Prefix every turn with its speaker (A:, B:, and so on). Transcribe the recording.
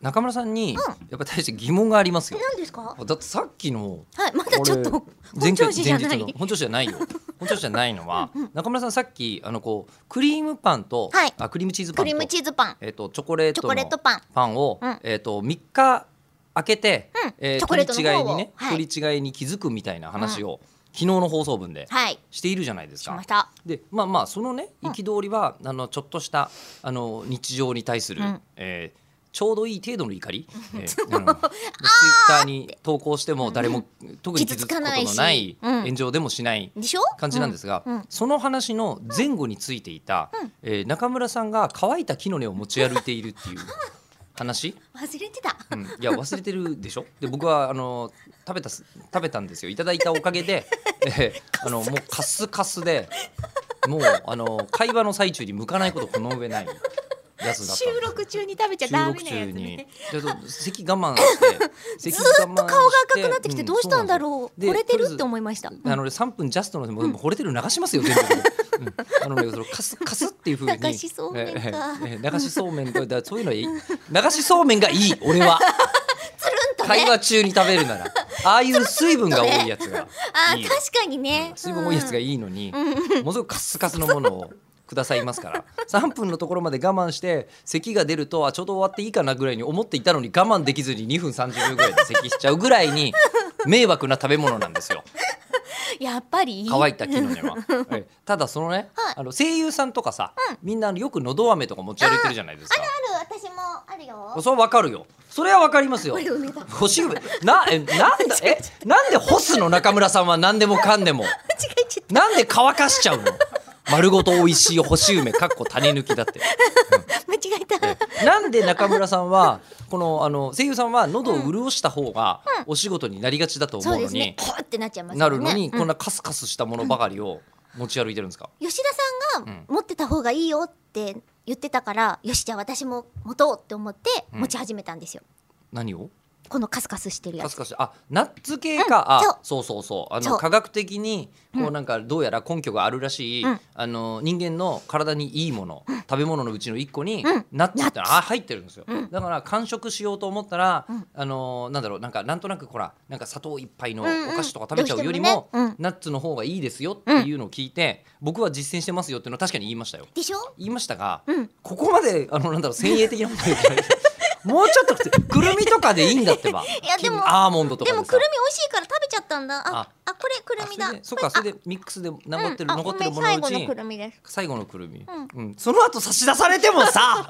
A: 中村さんに、やっぱ大して疑問がありますよ
B: 何ですか
A: だってさっきの
B: はいまだちょっと
A: これ
B: 本調子じゃな
A: 前回前
B: い
A: 日の本調子じゃないよ本調子じゃないのは中村さんさっきあのこうクリームパンと、
B: はい
A: あクリームチーズパ
B: ク
A: ンと
B: リームチーズパン
A: えっ、とチョコレー
B: チョ
A: ト
B: コレー
A: の
B: トパン
A: パンを、
B: うん
A: えっ、と三日開けて、
B: うん
A: え
B: チョコレ
A: 取
B: ート
A: り違
B: の方を
A: いにね、
B: はい
A: 取り違いに気づくみたいな話を、昨日の放送分で
B: はい
A: しているじゃないです
B: し
A: か。
B: ました
A: でまあまあそのね
B: うん
A: 憤りは、あのちょっとしたあの日常に対する、
B: うん
A: えーちょうどいい程度の怒り、えー、あのツイッター に投稿しても誰も特に傷つくことの
B: 傷つか
A: な
B: ないいしうん
A: 炎上でもしない
B: でしょ
A: 感じなんですが、
B: うんうん
A: その話の前後についていた、
B: うん
A: えー中村さんが乾いた木の根を持ち歩いているっていう話、
B: 忘れ てた
A: うん、いや忘れてるでしょで僕はあの食べたす食べたんですよいただいたおかげ で、えーあのもうカスカスでもうあの会話の最中に向かないことこの上ないやつだったん
B: 収
A: です
B: 録中に食べちゃ
A: 収
B: ダ
A: 録
B: メなや
A: 中
B: つ
A: に
B: ね
A: ちょっと咳我慢して咳我慢して
B: ずっと顔が赤くなってきてどうしたんだろう
A: で
B: 惚れて
A: とりあ
B: る
A: えず
B: って思いましたうん
A: あのね3分ジャストのでもでも惚れてる流しますよ全部、うんあのねそのカス カスっていう風に
B: 流しそうめんか
A: ええええ流しそうめんとだそういうのはいい流しそうめんがい い俺は
B: つるんとね
A: 会話中に食べるならああいう水分が多いやつが
B: あ
A: いい
B: ー
A: よ
B: 確かにね
A: 水分多いやつが
B: い
A: いいのにものすごくカスカスのものをくださいますから3分のところまで我慢して咳が出るとあちょうど終わっていいかなぐらいに思っていたのに我慢できずに2分30秒ぐらいで咳しちゃうぐらいに迷惑な食べ物なんですよ。
B: やっぱり
A: 乾いた木の 根は、はいただそのね、
B: はい
A: あの声優さんとかさ、みんなあのよくのど飴とか持ち歩いてるじゃないですか
B: ある私もあるよ
A: それはわかるよそれはわかりますよ
B: これ梅だ
A: 干し梅なえ なんだえなんで干すの中村さんは何でもかんで も
B: 間違えちゃっ
A: なんで乾かしちゃうの丸ごと美味しい干し梅かっこ種抜きだって
B: た間違えた
A: なんで中村さんはこのあの声優さんは喉を潤した方がお仕事になりがちだと思
B: そううで
A: の
B: す
A: に
B: ねこうってなっちゃいます
A: な
B: よ
A: る
B: ね
A: のに
B: うん
A: こんなカスカスしたものばかりを持ち歩いてるんですか
B: 吉田さん
A: うん
B: が持ってた方がいいよって言ってたから、よしじゃあ私も持とうって思って
A: うん
B: 持ち始めたんですよ、
A: 何を
B: このカスカスしてるや
A: カ
B: つ
A: スカスあナッツ系か、
B: うん
A: あそうそうそうあ
B: そ
A: の
B: う
A: 科学的にこ
B: う
A: うなんかどうやら根拠があるらしい、
B: うん
A: あの人間の体にいいもの、食べ物のうちの一個に、
B: うん
A: ナッツってのはあ入ってるんですよ、
B: うん
A: だから完食しようと思ったら、
B: うん
A: あのなんだろうなんかなんとなくほらなんか砂糖いっぱいのお
B: うんうん
A: 菓子とか食べちゃうよりも,、
B: どうしてもねうん
A: ナッツの方がいいですよっていうのを聞いて、僕は実践してますよっていうのは確かに言いましたよ
B: でしょ
A: 言いましたが、
B: うん
A: ここまであのなんだろう先鋭的なこと言ってない もうちょっとくくるみとかでいいんだってば
B: いやでも
A: アーモンドとか
B: で
A: さ
B: もくるみ美味しいから食べちゃったんだあ
A: あ
B: あこれくるみだ
A: あそれでそっかそれでミックスで残ってる
B: うんあ
A: 残ってるも
B: ご
A: の
B: め
A: のうち
B: ん最後の
A: に
B: くるみです
A: 最後のくるみ、
B: う
A: うんその後差し出されてもさ